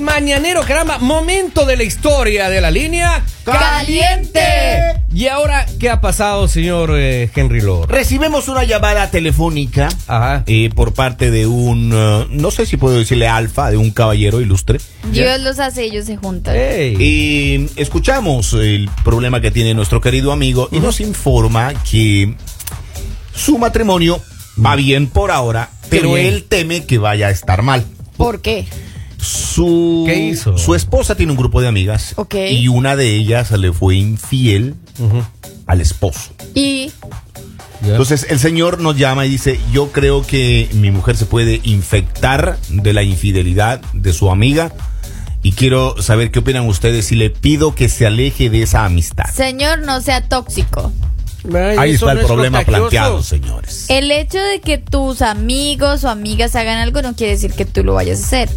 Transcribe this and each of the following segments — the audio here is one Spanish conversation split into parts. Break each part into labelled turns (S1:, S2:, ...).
S1: mañanero, caramba, momento de la historia de la línea
S2: Caliente.
S1: Y ahora, ¿qué ha pasado, señor eh, Henry Lord?
S2: Recibimos una llamada telefónica
S1: Ajá.
S2: eh, por parte de un, eh, no sé si puedo decirle alfa, de un caballero ilustre.
S3: Dios los hace, ellos se juntan.
S1: Eh. Ey.
S2: Y escuchamos el problema que tiene nuestro querido amigo y nos informa que su matrimonio va bien por ahora, pero
S1: Mm. bien.
S2: él teme que vaya a estar mal.
S3: ¿Por qué?
S2: Su,
S1: ¿Qué hizo?
S2: su esposa tiene un grupo de amigas
S3: Ok.
S2: y una de ellas le fue infiel
S1: Ujú.
S2: al esposo.
S3: Y
S2: Entonces el señor nos llama y dice, yo creo que mi mujer se puede infectar de la infidelidad de su amiga y quiero saber qué opinan ustedes y le pido que se aleje de esa amistad.
S3: señor, no sea tóxico.
S1: Ay,
S2: Ahí
S1: eso
S2: está el
S1: no es
S2: problema
S1: contagioso.
S2: planteado, señores.
S3: El hecho de que tus amigos o amigas hagan algo no quiere decir que tú lo vayas a hacer.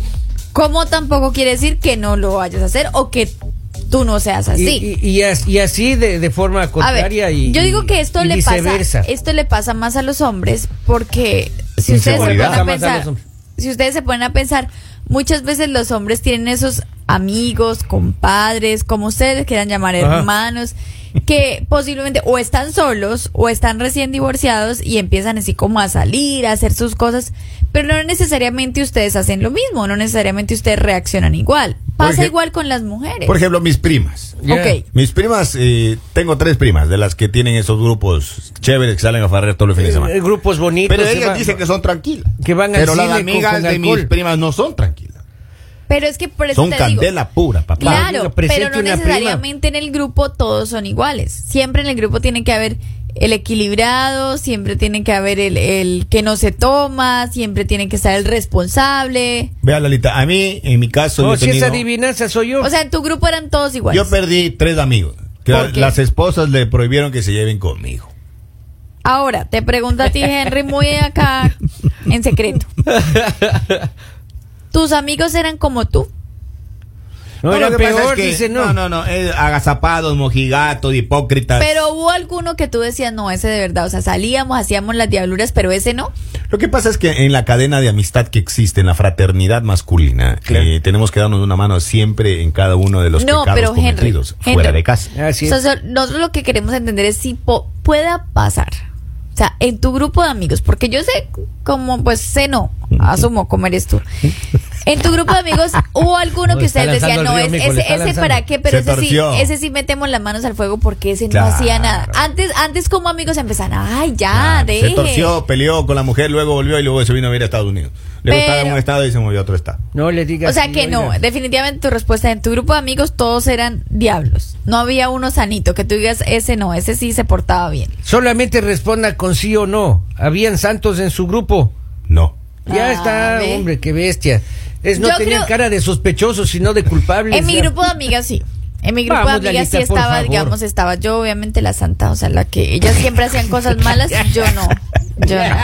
S3: Como tampoco quiere decir que no lo vayas a hacer o que tú no seas
S1: Y,
S3: así.
S1: y- y as- y así de, de forma
S3: A ver,
S1: contraria y
S3: yo digo que esto
S1: y
S3: le
S1: viceversa.
S3: pasa, esto le pasa más a los hombres porque
S2: Es
S3: si ustedes se ponen
S2: inseguridad.
S3: a
S1: Pasa más a los
S3: pensar,
S1: hombres.
S3: si ustedes se ponen a pensar, muchas veces los hombres tienen esos amigos, compadres, como ustedes les quieran llamar,
S1: Ajá.
S3: hermanos, que posiblemente o están solos o están recién divorciados y empiezan así como a salir, a hacer sus cosas, pero no necesariamente ustedes hacen lo mismo, no necesariamente ustedes reaccionan igual.
S2: Por
S3: Pasa
S2: ej-
S3: igual con las
S1: Eh.
S3: mujeres.
S2: Por ejemplo, mis primas.
S1: Ya.
S3: Ok.
S2: Mis primas, eh, tengo tres primas de las que tienen esos grupos chéveres que salen a farrer todos los fines de semana.
S1: Eh, Grupos bonitos.
S2: Pero
S1: se
S2: ellas
S1: va-
S2: dicen que son tranquilas.
S1: que van al
S2: Pero las
S1: cine con-
S2: amigas
S1: con
S2: de mis
S1: alcohol.
S2: primas no son tranquilas.
S3: pero es que por eso
S2: Son
S3: te digo,
S2: candela pura, papá.
S1: Claro,
S3: Claro,
S1: diga, presente
S3: pero no
S1: una prima.
S3: necesariamente en el grupo todos son iguales. Siempre en el grupo tiene que haber el equilibrado, siempre tiene que haber el, el que no se toma, siempre tiene que estar el responsable.
S2: Vea, Lalita, a mí, en mi caso, yo
S1: No,
S2: he
S1: si esa
S2: tenido-
S1: adivinanza soy yo.
S3: O sea, en tu grupo eran todos
S1: pues.
S3: iguales.
S2: Yo perdí tres amigos. Que
S3: ¿Por qué?
S2: las esposas le prohibieron que se lleven conmigo.
S3: Ahora, te pregunto a ti, Henry, muy acá en secreto. ¿Tus amigos eran como tú?
S1: no,
S2: No,
S1: era
S2: lo que pasa
S1: peor,
S2: es que-
S1: dice, no.
S2: No, no, no, eh, agazapados, mojigatos, hipócritas.
S3: Pero hubo alguno que tú decías, no, ese de verdad. O sea, salíamos, hacíamos las diabluras, pero ese no.
S2: Lo que pasa es que en la cadena de amistad que existe, en la fraternidad masculina,
S1: Claro.
S2: eh, tenemos que darnos una mano siempre en cada uno de los
S3: No,
S2: pecados
S3: pero Henry,
S2: cometidos
S3: Henry.
S2: fuera de casa.
S1: Así
S3: O
S1: es.
S3: sea, nosotros lo que queremos entender es si po- pueda pasar. O sea, en tu grupo de amigos, porque yo sé como, pues sé no, asumo como eres tú. En tu grupo de amigos hubo alguno
S1: No,
S3: que
S1: está
S3: ustedes decían,
S1: lanzando
S3: no,
S1: al
S3: es,
S1: río, mijo, le
S3: ese,
S1: está
S3: ese
S1: lanzando".
S3: para qué, pero
S2: Se
S3: ese sí,
S2: torció.
S3: ese sí metemos las manos al fuego porque ese
S2: Claro.
S3: no hacía nada. Antes, antes como amigos empezaban, ay, ya,
S2: Ah,
S3: deje.
S2: se torció, peleó con la mujer, luego volvió y luego se vino a vivir a Estados Unidos. Luego
S3: Pero-
S2: estaba en un estado y se movió a otro estado.
S1: no le digas.
S3: O sea que no, definitivamente tu respuesta en tu grupo de amigos todos eran diablos. No había uno sanito que tú digas, ese no, ese sí se portaba bien.
S1: Solamente responda con sí o no. Habían santos en su grupo.
S2: No.
S1: Ya
S3: Ah,
S1: está,
S3: ve.
S1: hombre, qué bestia. Es, no
S3: Yo
S1: tenían
S3: creo-
S1: cara de sospechosos, sino de culpables.
S3: En mi
S1: ya.
S3: grupo de amigas sí. En mi grupo
S1: Vamos,
S3: de amigas
S1: Lalita,
S3: sí
S1: por
S3: estaba,
S1: favor.
S3: digamos, estaba yo, obviamente la santa, o sea, la que ellas siempre hacían cosas malas, yo no. Yo no.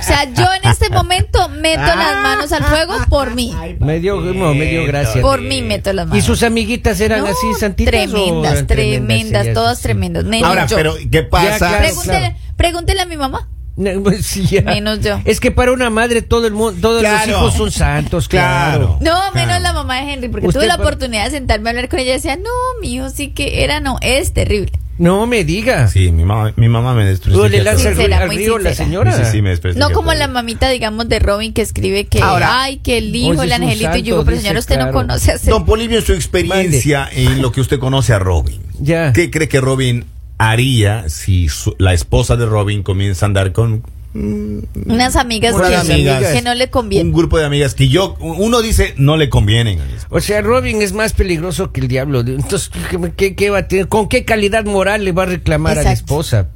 S3: O sea, yo en este momento meto las
S2: Ah,
S3: manos al fuego por mí.
S1: Me dio, no, me dio gracia.
S3: Por mí meto las manos.
S1: ¿Y sus amiguitas eran
S3: No,
S1: así santitas? o
S3: Tremendas,
S1: eran
S3: tremendas,
S1: ellas?
S3: todas
S1: Sí.
S3: tremendas. Menos
S2: Ahora,
S3: yo.
S2: pero ¿qué pasa?
S1: claro.
S3: pregúntele, pregúntele a mi mamá.
S1: No, pues, sí, ya.
S3: Menos yo.
S1: Es que para una madre todo el mundo, todos
S2: Claro.
S1: los hijos son santos, claro.
S2: Claro.
S3: No, menos
S2: Claro.
S3: la mamá de Henry, porque
S1: Usted
S3: tuve la
S1: pa-
S3: oportunidad de sentarme a hablar con ella y decía, no, mi hijo sí que era, no, es terrible.
S1: No me digas.
S2: Sí, mi mamá, mi mamá me destruyó.
S1: ¿Tú le lanzas al,
S3: Sincera,
S1: río- al
S3: muy
S1: río la
S3: sincera.
S1: señora?
S2: Sí, sí, me desprestigió
S3: No como
S2: todo.
S3: la mamita, digamos, de Robin que escribe que,
S2: Ahora-
S3: ay, que el hijo,
S1: Oye,
S3: el
S1: es un
S3: angelito, y yo digo,
S1: santo,
S3: pero
S1: dice,
S3: señora, usted
S1: claro.
S3: no conoce a ese.
S2: Don Polibio, en su experiencia, en lo que usted conoce a Robin,
S1: Ya.
S2: ¿qué cree que Robin haría si su- la esposa de Robin comienza a andar con
S3: Unas amigas
S2: Unas
S3: que,
S2: amigas.
S3: que no le
S2: un
S3: conviene.
S2: grupo de amigas que yo, uno dice, no le convienen?
S1: O sea, Robin es más peligroso que el diablo. Entonces, ¿qué- ¿qué, qué va a tener? ¿Con qué calidad moral le va a reclamar a la
S3: Exacto.
S1: esposa?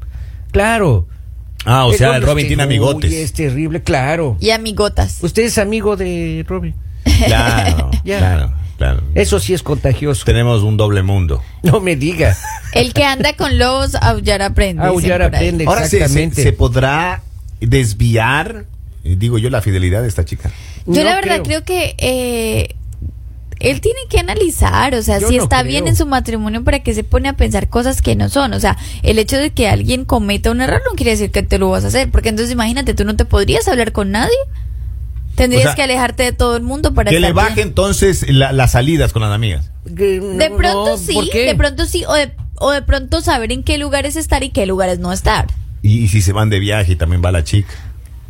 S1: Claro.
S2: Ah, o
S1: El
S2: sea,
S1: hombre
S2: Robin
S1: es
S2: tiene
S1: terrible,
S2: amigotes.
S1: Es terrible, claro.
S3: Y amigotas.
S1: Usted es amigo de Robin.
S2: Claro,
S1: Ya.
S2: claro, claro.
S1: Eso sí es contagioso.
S2: Tenemos un doble mundo.
S1: No me diga.
S3: El que anda con lobos, aullar aprende. dicen
S1: Aullar
S3: por ahí.
S1: aprende,
S2: Ahora sí, se,
S1: exactamente.
S2: se podrá desviar, eh, digo yo, la fidelidad de esta chica.
S3: Yo
S1: No
S3: la verdad creo, que eh, él tiene que analizar, o sea,
S1: Yo
S3: si
S1: no
S3: está
S1: creo.
S3: bien en su matrimonio para que se pone a pensar cosas que no son, o sea, el hecho de que alguien cometa un error no quiere decir que te lo vas a hacer, porque entonces imagínate, tú no te podrías hablar con nadie. Tendrías
S2: O sea,
S3: que alejarte de todo el mundo para
S2: Que le
S3: estar bien.
S2: baje entonces la- las salidas con las amigas.
S1: Que no,
S3: De pronto
S1: no,
S3: sí,
S1: ¿por qué?
S3: de pronto sí, o de, o de pronto saber en qué lugares estar y qué lugares no estar.
S2: Y, y si se van de viaje y también va la chica.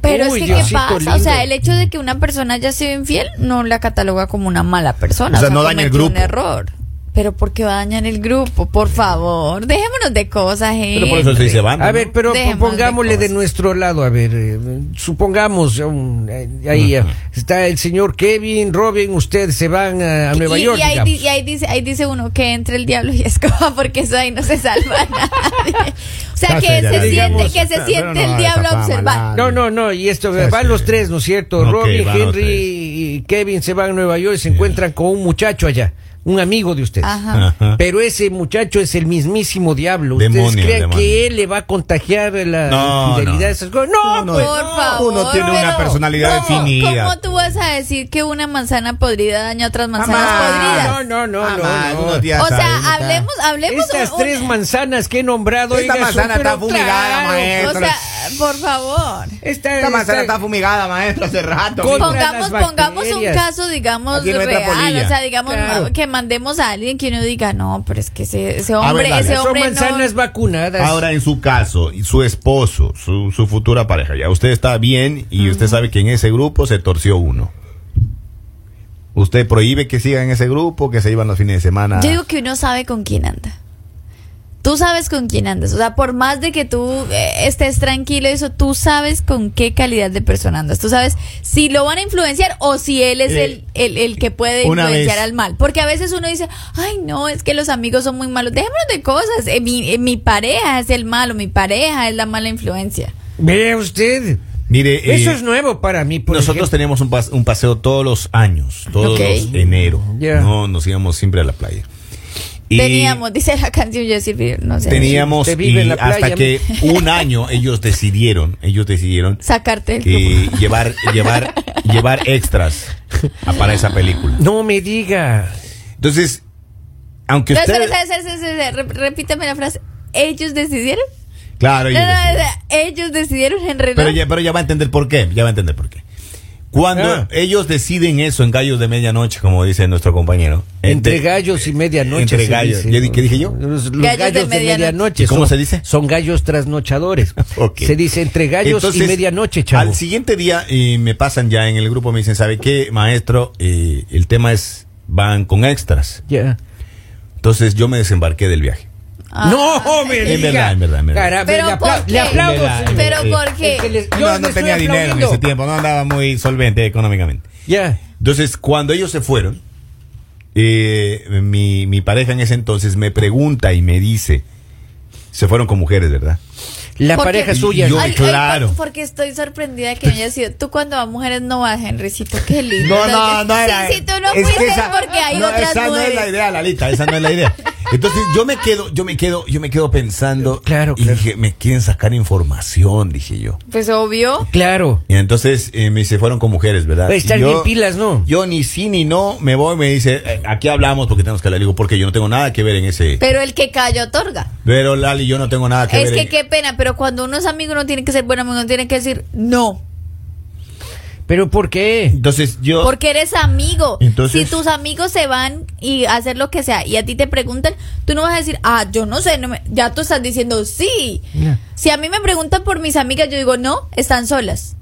S3: Pero
S1: Uy,
S3: es que, ¿qué
S1: Diosito
S3: pasa?
S1: lindo.
S3: O sea, el hecho de que una persona haya sido infiel no la cataloga como una mala persona.
S2: O sea, no daña el
S3: cometió
S2: grupo.
S3: un error. Pero ¿por qué va a dañar el grupo? Por favor, dejémonos de cosas, gente.
S2: Pero por eso sí Pues se van.
S1: Este, A
S2: ¿no?
S1: ver, pero
S3: Dejemos de
S1: pongámosle de,
S3: cosas.
S1: nuestro lado, a ver, eh, supongamos, eh, un- eh, ahí eh, está el señor Kevin, Robin, ustedes se van a, a Nueva
S3: y,
S1: York.
S3: y ahí, di-
S1: digamos.
S3: y ahí dice, ahí dice uno que entre el diablo y escoba porque eso ahí no se salva a nadie. O sea,
S4: Está
S3: que
S4: seria,
S3: se siente,
S4: digamos,
S3: que
S4: pero
S3: se
S4: no
S3: siente
S4: haga
S3: el diablo a
S4: esa fama,
S3: observar.
S4: la-
S1: No, no, no, y esto,
S4: sea,
S1: van
S4: sí.
S1: los tres, ¿no es cierto?
S2: Ok,
S1: Robin,
S2: van los
S1: Henry y Kevin se van a Nueva York y se encuentran con un muchacho allá, un amigo de ustedes.
S3: Ajá.
S2: Ajá.
S1: Pero ese muchacho es el mismísimo diablo.
S2: Ah. Demonio,
S1: ¿Ustedes creen
S2: demonio.
S1: que él le va a contagiar la
S2: No,
S1: infidelidad
S2: no.
S1: de esas cosas? No,
S2: No, no,
S1: pues,
S3: Por
S1: no.
S3: favor.
S2: uno tiene una
S3: pero
S2: personalidad
S3: ¿cómo-
S2: definida.
S3: ¿Cómo tú vas a decir que una manzana podrida daña a otras manzanas
S2: Amá.
S3: podridas?
S1: No, no, no, no,
S2: Ah,
S1: no.
S2: unos días
S3: o sea,
S2: ahí está.
S3: hablemos, hablemos.
S1: Estas
S3: un- un-
S1: tres manzanas que he nombrado.
S4: Esta
S1: oiga, son,
S4: manzana está
S1: pero
S4: fumigada, maestro.
S3: O sea, por favor.
S1: Esta,
S4: Esta manzana
S1: esta-
S4: está fumigada, maestro, hace rato.
S1: Con-
S4: mijo.
S1: Contra
S3: Pongamos,
S1: las
S3: pongamos un
S1: bacterias.
S3: caso, digamos,
S2: Aquí no entra
S3: real.
S2: polilla.
S3: O sea, digamos
S1: Claro.
S3: que mandemos a alguien que uno diga, no, pero es que ese, ese
S2: ver,
S3: hombre,
S2: dale.
S3: ese
S1: son
S3: hombre
S1: manzanas
S3: no.
S1: vacunadas.
S3: Pues,
S2: Ahora, en su caso, y su esposo, su, su futura pareja, ya usted está bien y usted sabe que en ese grupo se torció uno. Usted prohíbe que siga en ese grupo, que se iban los fines de semana.
S3: Yo digo que uno sabe con quién anda. Tú sabes con quién andas. O sea, por más de que tú eh, estés tranquilo, y eso, tú sabes con qué calidad de persona andas. Tú sabes si lo van a influenciar o si él es
S2: Eh,
S3: el, el, el que puede
S2: una
S3: influenciar
S2: vez.
S3: al mal. Porque a veces uno dice, ay, no, es que los amigos son muy malos. Dejémonos de cosas. Eh, mi, eh, mi pareja es el malo, mi pareja es la mala influencia.
S1: Vea usted.
S2: Mire, eh,
S1: Eso es nuevo para mí. por
S2: nosotros
S1: ejemplo.
S2: tenemos un, pas- un paseo todos los años, todos
S3: Ok.
S2: los enero.
S1: Ya.
S2: No, nos íbamos siempre a la playa. Y
S3: Teníamos, dice la canción, yo decir, no sé.
S2: teníamos
S1: Usted vive
S2: y
S1: en la playa,
S2: hasta que un año ellos decidieron, ellos decidieron
S3: Sacarte el
S2: eh,
S3: grupo.
S2: llevar, llevar, llevar extras a- para esa película.
S1: No me diga.
S2: Entonces, aunque
S3: No,
S2: usted...
S3: espera, espera, espera, espera, espera, rep- Repítame la frase. ¿Ellos decidieron?
S2: Claro,
S3: No,
S2: ellos
S3: no,
S2: deciden.
S3: o sea, ellos decidieron enredar.
S2: pero, ya, pero ya va a entender por qué, ya va a entender por qué. Cuando
S1: Ah.
S2: ellos deciden eso en Gallos de Medianoche, como dice nuestro compañero. este,
S1: Entre
S2: ente-
S1: gallos y medianoche.
S2: Entre
S1: se
S2: gallos.
S1: dice.
S2: ¿Ya di- qué dije yo?
S1: Los, los gallos,
S3: Gallos de
S1: de medianoche.
S3: medianoche.
S2: ¿Y cómo
S1: son-
S2: se dice?
S1: Son gallos trasnochadores.
S2: Ok.
S1: Se dice entre gallos y
S2: Entonces,
S1: medianoche, chavo.
S2: Al siguiente día eh, me pasan ya en el grupo, me dicen, ¿sabe qué, maestro? Eh, el tema es, van con extras.
S1: Ya.
S2: Entonces yo me desembarqué del viaje.
S3: Ah.
S1: no, me
S2: En
S1: diga.
S2: verdad, en verdad, en verdad.
S1: Caramba,
S3: Pero
S1: le, apla-
S3: ¿por qué?
S1: le aplaudo.
S2: En verdad, en
S1: señor.
S3: Pero
S2: Sí.
S3: ¿por
S1: Es que
S3: qué?
S1: les- yo le estoy aplaudiendo.
S2: tiempo, no andaba muy solvente económicamente.
S1: Ya.
S2: Entonces, cuando ellos se fueron, eh, mi, mi pareja en ese entonces me pregunta y me dice, se fueron con mujeres, ¿verdad?
S1: La
S3: Porque-
S1: pareja suya.
S2: Yo-
S1: ¿no?
S3: Ay, ay,
S2: claro.
S3: por- porque estoy sorprendida que no haya sido. Tú cuando a mujeres no vas, Henrycito, qué lindo.
S2: No, no, no era.
S3: Sí, sí, tú no
S2: es que
S3: fuiste
S2: esa-
S3: porque hay
S2: no,
S3: otras
S2: Esa no
S3: mujeres.
S2: es la idea, Lalita, esa no es la idea. Entonces yo me quedo, yo me quedo, yo me quedo pensando.
S1: Claro,
S2: y
S1: claro.
S2: dije, me quieren sacar información, dije yo.
S3: Pues obvio.
S1: Claro.
S2: Y entonces eh, me dice, fueron con mujeres, ¿verdad?
S1: Oye, están
S2: Y yo-
S1: bien pilas, ¿no?
S2: Yo ni sí ni no, me voy y me dice, eh, aquí hablamos porque tenemos que hablar. Le digo, porque yo no tengo nada que ver en ese.
S3: Pero el que calla otorga.
S2: Pero Lali, yo no tengo nada que
S3: es
S2: ver.
S3: que
S2: en-
S3: qué pena, pero cuando uno es amigo no tiene que ser buen amigo, no tiene que decir no.
S1: ¿Pero por qué?
S2: Entonces yo.
S3: Porque eres amigo.
S2: Entonces-
S3: si tus amigos se van y hacer lo que sea y a ti te preguntan, tú no vas a decir, ah, yo no sé, no me-". ya tú estás diciendo sí.
S1: Ya.
S3: Si a mí me preguntan por mis amigas, yo digo, no, están solas.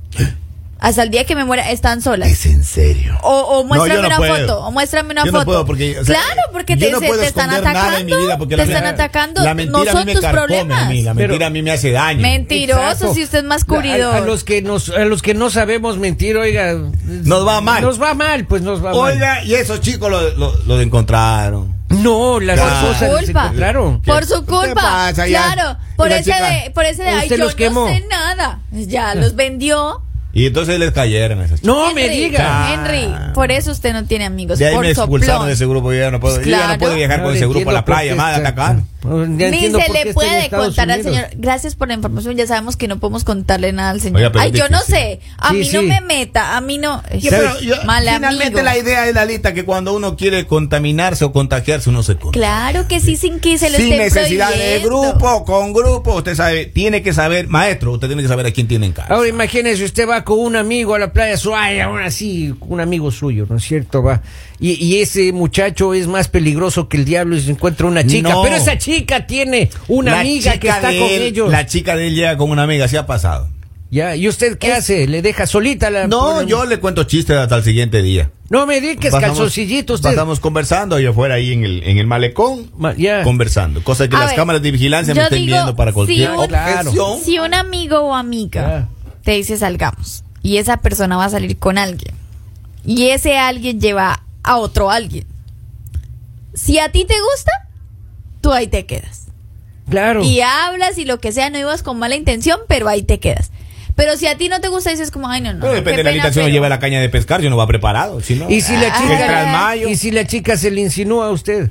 S3: Hasta el día que me muera, están solas.
S2: Es en serio.
S3: O, o muéstrame
S2: yo no
S3: una
S2: puedo.
S3: foto, o muéstrame una
S2: Yo no
S3: foto.
S2: puedo porque, o sea,
S3: claro, porque
S2: yo
S3: te,
S2: no
S3: se-
S2: puedo
S3: te están
S2: esconder
S3: atacando.
S2: nada en mi vida porque
S3: te
S2: la
S3: están
S2: mentira-
S3: atacando.
S2: La
S3: no
S2: mentira a
S3: son
S2: mí me
S3: tus
S2: carcome a mí,
S3: problemas.
S2: la
S1: Pero-
S2: mentira a mí me hace daño.
S3: Mentiroso,
S1: Exacto.
S3: si usted es más cubridor.
S1: A, a los que nos, a los que no sabemos mentir, oiga. Nos
S2: va mal.
S1: Nos va mal, pues nos va mal.
S2: Oiga, y esos chicos los lo, lo encontraron.
S1: No, las
S2: Por
S1: dos
S2: su
S1: cosas las
S3: culpa.
S1: encontraron.
S3: Por su
S4: ¿Qué
S3: culpa.
S4: pasa ya?
S3: Claro. Por
S4: Una
S3: ese
S4: chica-
S3: de, por ese de, ay,
S1: Usted
S3: yo
S1: los quemó.
S3: no sé nada. Ya, los vendió.
S2: Y entonces les cayeron esas chicas.
S1: No me
S3: Henry,
S1: diga.
S3: Henry, por eso usted no tiene amigos.
S2: De ahí
S3: por
S2: me expulsaron
S3: soplón.
S2: de ese grupo. Yo ya no puedo,
S3: Pues
S2: yo ya no
S3: claro.
S2: puedo viajar
S1: No
S2: con
S1: le
S2: ese grupo a
S1: entiendo
S2: la
S1: por
S2: playa.
S1: qué
S2: Más
S1: está-
S2: atacar.
S1: No, ya
S3: Ni
S1: entiendo por
S3: se
S1: qué
S3: le
S1: está en
S3: puede
S1: Estados
S3: contar al
S1: Unidos.
S3: señor. Gracias por la información. Ya sabemos que no podemos contarle nada al señor.
S2: Oiga, pero
S3: Ay,
S2: es
S3: yo no
S2: difícil.
S3: sé. A
S1: Sí,
S3: mí no
S1: sí.
S3: me meta. A mí no.
S2: Ya, pero yo-
S3: Mal
S2: finalmente
S3: amigo.
S2: la idea de la lista que cuando uno quiere contaminarse o contagiarse uno se contagia.
S3: Claro que sí, sin que se lo
S2: Sin
S3: estén
S2: necesidad de
S3: prohibiendo.
S2: grupo, con grupo, usted sabe, tiene que saber, maestro, usted tiene que saber a quién tiene en casa.
S1: Ahora imagínese, usted va con un amigo a la playa Suárez, aún así, un amigo suyo, ¿no es cierto? Va. Y, y ese muchacho es más peligroso que el diablo y se encuentra una chica.
S2: No.
S1: Pero esa chica tiene una
S2: La
S1: amiga que
S2: chica
S1: está
S2: de
S1: con
S2: él-
S1: ellos.
S2: La chica de él llega con una amiga, así ha pasado.
S1: Ya, ¿y usted qué hace? ¿Le deja solita la.?
S2: No,
S1: pobre-
S2: yo le cuento chistes hasta el siguiente día.
S1: No me digas calzoncillito usted.
S2: Pasamos conversando y afuera ahí en el, en el malecón,
S1: Ma- ya.
S2: conversando. Cosa que
S3: A
S2: las
S3: ver,
S2: cámaras de vigilancia no
S3: yo
S2: estén
S3: digo,
S2: viendo para
S3: si
S2: cualquier
S3: un-
S1: Claro.
S2: objeción.
S3: Si un amigo o amiga te dice salgamos y esa persona va a salir con alguien y ese alguien lleva a otro alguien, si a ti te gusta, tú ahí te quedas.
S1: Claro.
S3: Y hablas y lo que sea, no ibas con mala intención, pero ahí te quedas. Pero si a ti no te gusta, dices como, ay, no, no.
S2: Pero depende
S3: qué
S2: de
S3: pena,
S2: la habitación,
S3: pero-
S2: lleva la caña de pescar, si uno va preparado. Si no,
S1: ¿Y si la
S3: Ah. El
S1: chica,
S2: trasmayo.
S1: y si la chica se le insinúa a usted?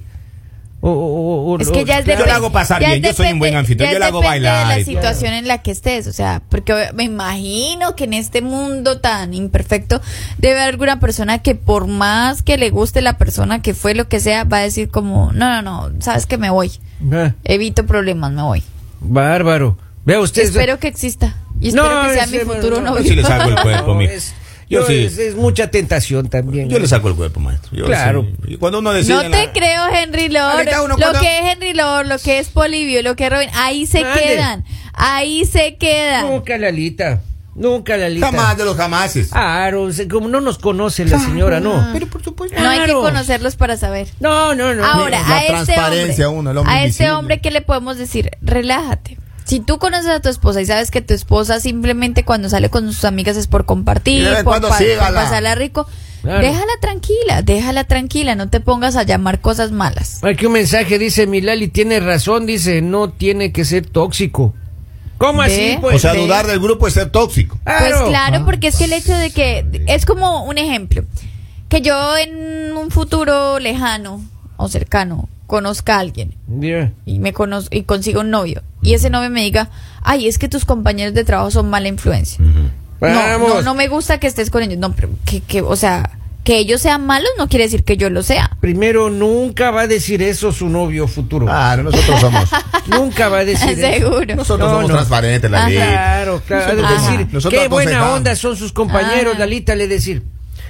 S1: O- o- o-
S3: Es
S1: o-
S3: que ya es
S2: Yo la
S3: depe-
S2: hago pasar
S3: ya
S2: bien,
S3: es
S2: yo soy un buen
S3: depende-
S2: anfitrión,
S3: ya
S2: yo
S3: es
S2: la hago
S3: depende
S2: bailar
S3: de
S2: y
S3: la
S2: todo.
S3: situación en la que estés, o sea, porque me imagino que en este mundo tan imperfecto debe haber alguna persona que por más que le guste la persona que fue lo que sea, va a decir como, no, no, no, sabes que me voy,
S1: Ah,
S3: evito problemas, me voy.
S1: bárbaro. Vea usted.
S3: espero que exista y
S1: No,
S3: espero que sea
S1: es-
S3: mi futuro
S1: no,
S3: novio.
S2: sí les hago el cuerpo, mijo.
S1: es,
S2: Yo
S1: yo-
S2: sí.
S1: es, es mucha tentación también. ¿eh?
S2: Yo le saco el cuerpo, maestro. Yo
S1: Claro.
S2: sí. Cuando uno decide.
S3: No
S2: en
S3: te
S2: la-
S3: creo, Henry Lord.
S2: Ahorita uno
S3: lo
S2: cuando-
S3: que es Henry Lord, lo que es Polivio, lo que es Robin, ahí se
S1: Mande.
S3: quedan. Ahí se quedan.
S1: Nunca Lalita. Nunca Lalita.
S2: Jamás de los jamases.
S1: Claro, o sea, como no nos conoce la señora, no.
S2: Pero por supuesto.
S3: No hay que
S1: Claro.
S3: conocerlos para saber.
S1: No, no, no.
S3: Ahora,
S2: la
S3: a este hombre,
S2: transparencia, uno, el hombre
S3: a este
S2: invisible.
S3: hombre que le podemos decir, relájate. Si tú conoces a tu esposa y sabes que tu esposa simplemente cuando sale con sus amigas es por
S2: Y
S3: compartir,
S2: de vez en
S3: por,
S2: cuando
S3: pa- por
S2: sígala.
S3: pasarla rico,
S1: Claro.
S3: déjala tranquila, déjala tranquila, no te pongas a llamar cosas malas.
S1: Aquí un mensaje dice, Milali tiene razón, dice, no tiene que ser tóxico. ¿Cómo
S3: Ve.
S1: así? Pues,
S2: O sea,
S3: de-
S2: dudar del grupo es ser tóxico.
S3: Pues
S1: Ah.
S3: claro, porque es que el hecho de que es como un ejemplo, que yo en un futuro lejano o cercano conozca a alguien
S1: Ya.
S3: y me conoz- y consigo un novio y ese novio me diga, "Ay, es que tus compañeros de trabajo son mala influencia." No,
S1: Mm. Vamos.
S3: no, no me gusta que estés con ellos. No, pero que, que, o sea, que ellos sean malos no quiere decir que yo lo sea.
S1: Primero, nunca va a decir eso su novio futuro.
S2: Ah.
S5: Claro, nosotros somos,
S1: Nunca va a decir eso.
S3: Seguro.
S5: nosotros
S1: No,
S5: somos
S1: no.
S5: transparentes, la
S3: Ajá.
S5: ley.
S1: Claro, claro.
S5: Nosotros-
S1: Es decir,
S5: nosotros
S1: qué buena
S5: aconsejamos.
S1: onda son sus compañeros,
S3: Ah.
S1: Lalita, le decir.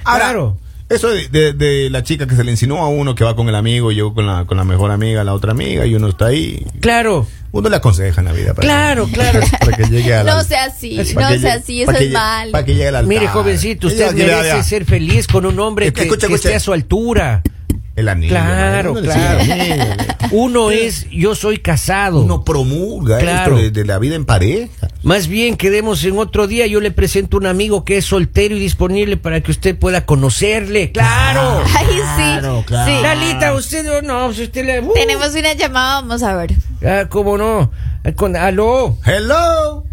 S2: Ahora,
S1: claro.
S2: Eso de, de- de la chica que se le insinuó a uno que va con el amigo, y yo con la, con la mejor amiga, la otra amiga, y uno está ahí.
S1: Claro.
S2: Uno le aconseja en la vida. para
S1: Claro,
S2: que-
S1: claro.
S2: Para que llegue a la-
S3: No sea así,
S2: para
S3: no
S2: que
S3: sea
S2: llegue-
S3: así, eso
S2: para que
S3: es
S2: llegue-
S3: malo.
S2: Para que llegue al altar.
S1: Mire, jovencito, usted
S2: Ya, ya, ya,
S1: merece
S2: ya.
S1: ser feliz con un hombre que,
S2: Escucha,
S1: que esté
S2: escucha.
S1: a su altura.
S2: El anillo.
S1: Claro,
S2: ¿no? Uno le
S1: claro.
S2: sigue el anillo.
S1: Uno es, yo soy casado.
S2: Uno promulga
S1: Claro.
S2: esto de, de la vida en pareja.
S1: Más bien, quedemos en otro día. Yo le presento un amigo que es soltero y disponible para que usted pueda conocerle. ¡Claro!
S3: Ay, sí. sí.
S1: Lalita, usted no, no, si usted le. uh.
S3: Tenemos una llamada, vamos a ver.
S1: Ah, cómo no. Ah, Con, aló.
S2: Hello.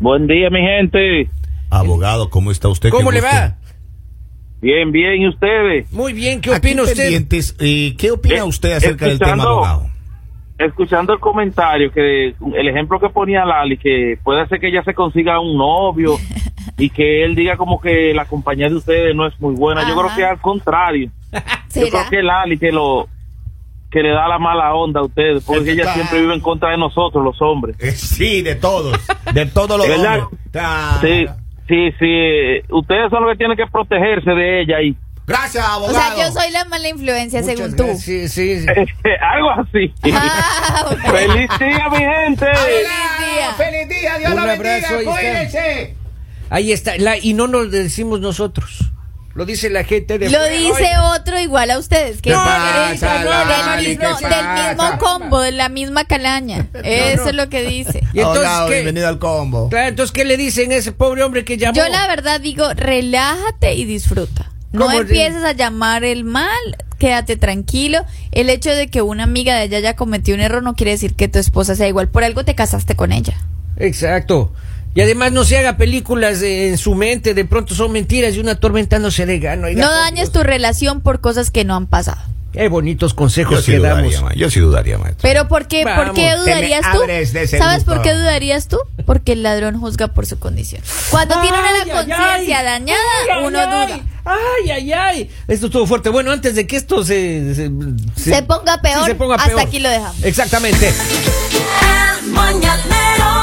S6: Buen día, mi gente.
S2: Abogado, ¿cómo está usted?
S1: ¿Cómo
S2: Qué
S1: le
S2: gusto.
S1: va?
S6: Bien, bien, ¿y ustedes?
S1: Muy bien, ¿qué
S2: Aquí
S1: opina usted?
S2: pendientes, eh, ¿Qué opina
S6: Eh,
S2: usted acerca del tema,
S6: escuchando-
S2: abogado?
S6: Escuchando el comentario, que el ejemplo que ponía Lali, que puede ser que ella se consiga un novio y que él diga como que la compañía de ustedes no es muy buena. Yo
S3: Ajá.
S6: creo que al contrario. Yo
S3: ¿Será?
S6: creo que Lali que lo que le da la mala onda a ustedes, porque ella siempre vive en contra de nosotros, los hombres.
S2: Eh, Sí, de todos. De todos los
S6: ¿Verdad?
S2: hombres. Claro.
S6: Sí, sí, sí. Ustedes son los que tienen que protegerse de ella y
S2: Gracias,
S3: O
S2: abogado.
S3: sea, yo soy la mala influencia
S1: Muchas
S3: según
S1: gracias.
S3: tú.
S1: Sí, sí, sí.
S6: algo así.
S3: Ah, bueno.
S6: Feliz día, mi gente.
S3: Feliz día.
S4: ¡Feliz día! ¡Dios
S1: Un
S4: lo bendiga!
S1: abrazo, ahí está.
S4: ¡Cuídense!
S1: Ahí está. La, y no nos decimos nosotros. Lo dice la gente de
S3: Lo
S1: afuera.
S3: dice
S1: Oiga.
S3: otro igual a ustedes. Que
S2: ¿Qué
S3: no,
S2: pasa,
S3: no, del,
S2: Lali?
S3: mismo,
S2: ¿Qué
S3: del
S2: pasa?
S3: mismo combo, de la misma calaña. Eso es lo que dice.
S1: Y entonces,
S2: abogado,
S1: ¿qué?
S2: bienvenido al combo.
S1: Claro, entonces, ¿qué le dicen a ese pobre hombre que llamó?
S3: Yo la verdad digo, relájate y disfruta. No
S1: ¿Cómo
S3: empieces a llamar el mal, quédate tranquilo. El hecho de que una amiga de ella haya cometido un error no quiere decir que tu esposa sea igual. Por algo te casaste con ella.
S1: Exacto. Y además no se haga películas de- en su mente, de pronto son mentiras y una tormentándose de gano.
S3: No dañes tu relación por cosas que no han pasado.
S1: Qué bonitos
S2: Yo
S1: consejos
S2: sí
S1: que damos.
S2: dudaría, ma- yo sí dudaría, maestro.
S3: Pero ¿por qué, ¿por qué
S4: Vamos, te me
S3: dudarías tú?
S4: abres de ese
S3: ¿Sabes por
S4: grupo.
S3: qué dudarías tú? Porque el ladrón juzga por su condición. Cuando tiene una
S1: Ay, ay,
S3: conciencia
S1: ay.
S3: dañada,
S1: Ay,
S3: uno
S1: ay,
S3: duda.
S1: Ay, ay, ay. Esto estuvo fuerte. Bueno, antes de que esto se, se,
S3: Se ponga peor, hasta aquí lo dejamos.
S1: Exactamente.
S5: El mañanero